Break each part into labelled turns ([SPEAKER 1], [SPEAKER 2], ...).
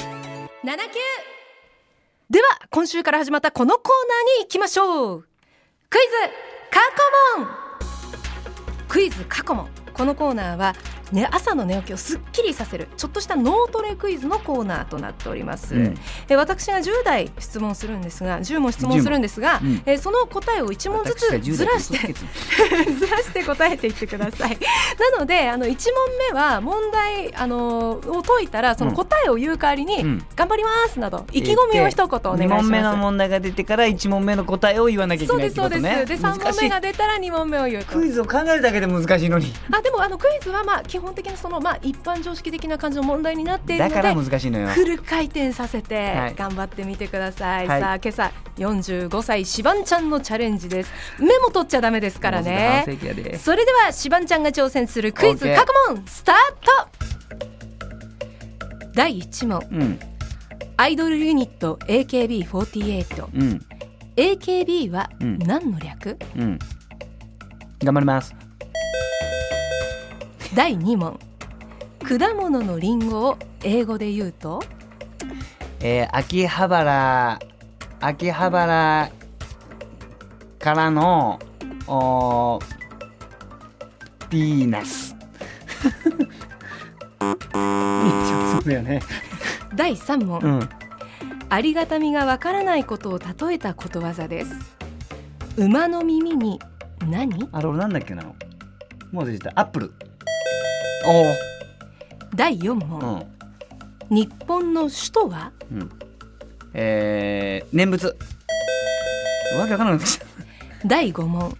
[SPEAKER 1] 79では今週から始まったこのコーナーに行きましょうクイズ過去問クイズ過去問このコーナーはね、朝の寝起きをすっきりさせるちょっとした脳トレクイズのコーナーとなっております、
[SPEAKER 2] うん
[SPEAKER 1] え私が10題質問するんですが10問質問するんですが、
[SPEAKER 2] 10問
[SPEAKER 1] えその答えを1問ず
[SPEAKER 2] 私が
[SPEAKER 1] つ
[SPEAKER 2] 10代
[SPEAKER 1] ずらして
[SPEAKER 2] 嘘つけて
[SPEAKER 1] ずらして答えていってください。なのであの1問目は問題あのを解いたらその答えを言う代わりに、
[SPEAKER 2] うん
[SPEAKER 1] 頑張りますなど意気込みを一言お願いし
[SPEAKER 2] 二
[SPEAKER 1] ます。
[SPEAKER 2] 問目の問題が出てから一問目の答えを言わなきゃいけ
[SPEAKER 1] そう
[SPEAKER 2] ない
[SPEAKER 1] で
[SPEAKER 2] っ
[SPEAKER 1] す
[SPEAKER 2] て
[SPEAKER 1] そ
[SPEAKER 2] こ
[SPEAKER 1] う
[SPEAKER 2] と
[SPEAKER 1] です。で3
[SPEAKER 2] ね
[SPEAKER 1] 問目が出たら2問目を言うと。
[SPEAKER 2] クイズを考えるだけで難しいのに
[SPEAKER 1] あでもあのクイズはまあ基本的にそのまあ一般常識的な感じの問題になっている
[SPEAKER 2] だ
[SPEAKER 1] の
[SPEAKER 2] から
[SPEAKER 1] で。
[SPEAKER 2] 難しいのよ
[SPEAKER 1] フル回転させ
[SPEAKER 2] は
[SPEAKER 1] て
[SPEAKER 2] い
[SPEAKER 1] 頑張ってみてください、
[SPEAKER 2] はい
[SPEAKER 1] さあ今朝45歳しばんちゃんのチャレンジですメモ取っちゃダメですからね
[SPEAKER 2] もうすぐ半世紀やで
[SPEAKER 1] それではしばんちゃんが挑戦するクイズ
[SPEAKER 2] OK
[SPEAKER 1] 過去問スタート第1問
[SPEAKER 2] うん
[SPEAKER 1] アイドルユニット AKB48AKB
[SPEAKER 2] うん
[SPEAKER 1] は
[SPEAKER 2] うん
[SPEAKER 1] 何の略、
[SPEAKER 2] うん頑張ります
[SPEAKER 1] 第2問果物のリンゴを英語で言うと
[SPEAKER 2] えー、秋葉原秋葉原からのおービーナ スそうだよね
[SPEAKER 1] 第3問、
[SPEAKER 2] うん
[SPEAKER 1] ありがたみがわからないことを例えたことわざです馬の耳に何
[SPEAKER 2] あれ俺なんだっけなもう出てたアップルお
[SPEAKER 1] 第4問、
[SPEAKER 2] お
[SPEAKER 1] 日本の首都は
[SPEAKER 2] うんうんえー、念仏わけわからなくなってきた
[SPEAKER 1] 第5問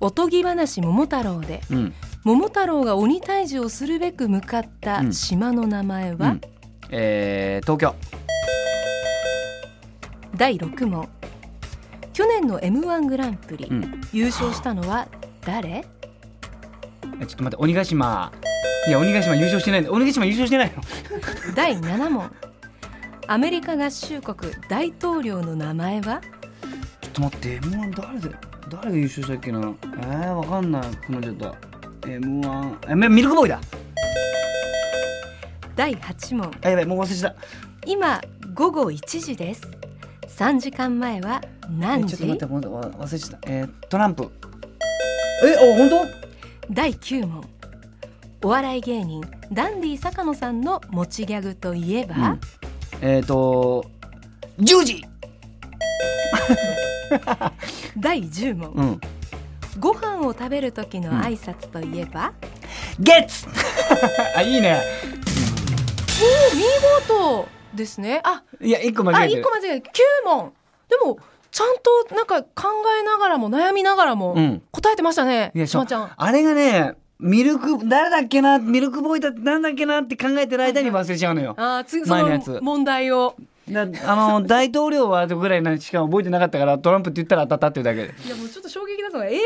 [SPEAKER 1] おとぎ話桃太郎で
[SPEAKER 2] うん
[SPEAKER 1] 桃太郎が鬼退治をするべく向かった島の名前
[SPEAKER 2] う
[SPEAKER 1] は、
[SPEAKER 2] んえー、東京
[SPEAKER 1] 第6問去年の m 1グランプリ、
[SPEAKER 2] うん
[SPEAKER 1] 優勝したのは誰
[SPEAKER 2] えちょっと待って鬼ヶ島いや鬼ヶ島優勝してないんだ鬼ヶ島優勝してないの
[SPEAKER 1] 第7問アメリカ合衆国大統領の名前は
[SPEAKER 2] ちょっと待って M1 誰で誰が優勝したっけなえー、わかんないこのちょっと M1 えミルクボーイだ
[SPEAKER 1] 第8問
[SPEAKER 2] あやばいもう忘れちゃった
[SPEAKER 1] 今午後1時です3時間前は
[SPEAKER 2] え
[SPEAKER 1] 何
[SPEAKER 2] ちょっと待っ
[SPEAKER 1] 時
[SPEAKER 2] てもうわ忘れちゃったえー、トランプえあ本当
[SPEAKER 1] 第9問お笑い芸人ダンディ坂野さんの持ちギャグといえば、
[SPEAKER 2] うんえっ、ー、と10時
[SPEAKER 1] 第10問、
[SPEAKER 2] うん
[SPEAKER 1] ご飯を食べる時の挨拶といえば、
[SPEAKER 2] ゲッツ あいいね
[SPEAKER 1] お見事ですねあ
[SPEAKER 2] いや一個間
[SPEAKER 1] あ
[SPEAKER 2] 違えて
[SPEAKER 1] 一
[SPEAKER 2] る
[SPEAKER 1] 個間違えた九問でもちゃんとなんか考えながらも悩みながらも
[SPEAKER 2] うん
[SPEAKER 1] 答えてましたね、
[SPEAKER 2] いや
[SPEAKER 1] しまちゃん
[SPEAKER 2] あれがねミルク誰だっけなミルクボーイだってなんだっけなって考えてる間に忘れちゃうのよ
[SPEAKER 1] あー次そ
[SPEAKER 2] 前のやつ
[SPEAKER 1] の問題を
[SPEAKER 2] だあ の大統領はぐらいなしか覚えてなかったからトランプって言ったら当たったっていうだけで
[SPEAKER 1] いやもうちょっと衝撃だったのが AKB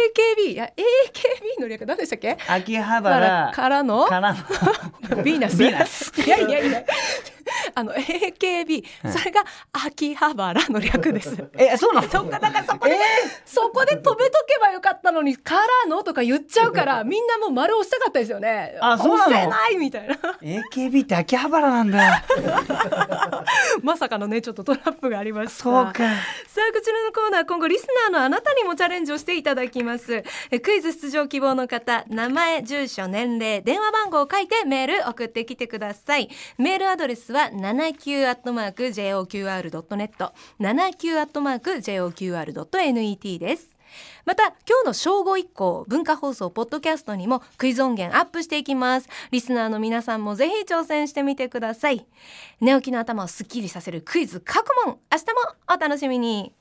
[SPEAKER 1] いや AKB の略何でしたっけ
[SPEAKER 2] 秋葉
[SPEAKER 1] から
[SPEAKER 2] 原
[SPEAKER 1] からの
[SPEAKER 2] からの
[SPEAKER 1] ヴィーナス
[SPEAKER 2] ヴィーナス
[SPEAKER 1] いやいやいやあの AKB それが秋葉原の略です
[SPEAKER 2] えそう なの
[SPEAKER 1] そっかだからそこで、そこで止めとけばよかったのに「からの」とか言っちゃうからみんなもう丸押したかったですよね
[SPEAKER 2] あそうなの
[SPEAKER 1] 押せないみたいな
[SPEAKER 2] AKB って秋葉原なん だ
[SPEAKER 1] まさかのねちょっとトラップがありました
[SPEAKER 2] そうか
[SPEAKER 1] さあこちらのコーナー今後リスナーのあなたにもチャレンジをしていただきますえクイズ出場希望の方名前住所年齢電話番号を書いてメール送ってきてくださいメールアドレスは 79-joqr.net 79-joqr.net ですまた今日の正午以降文化放送ポッドキャストにもクイズ音源アップしていきますリスナーの皆さんもぜひ挑戦してみてください寝起きの頭をすっきりさせるクイズ過去問明日もお楽しみに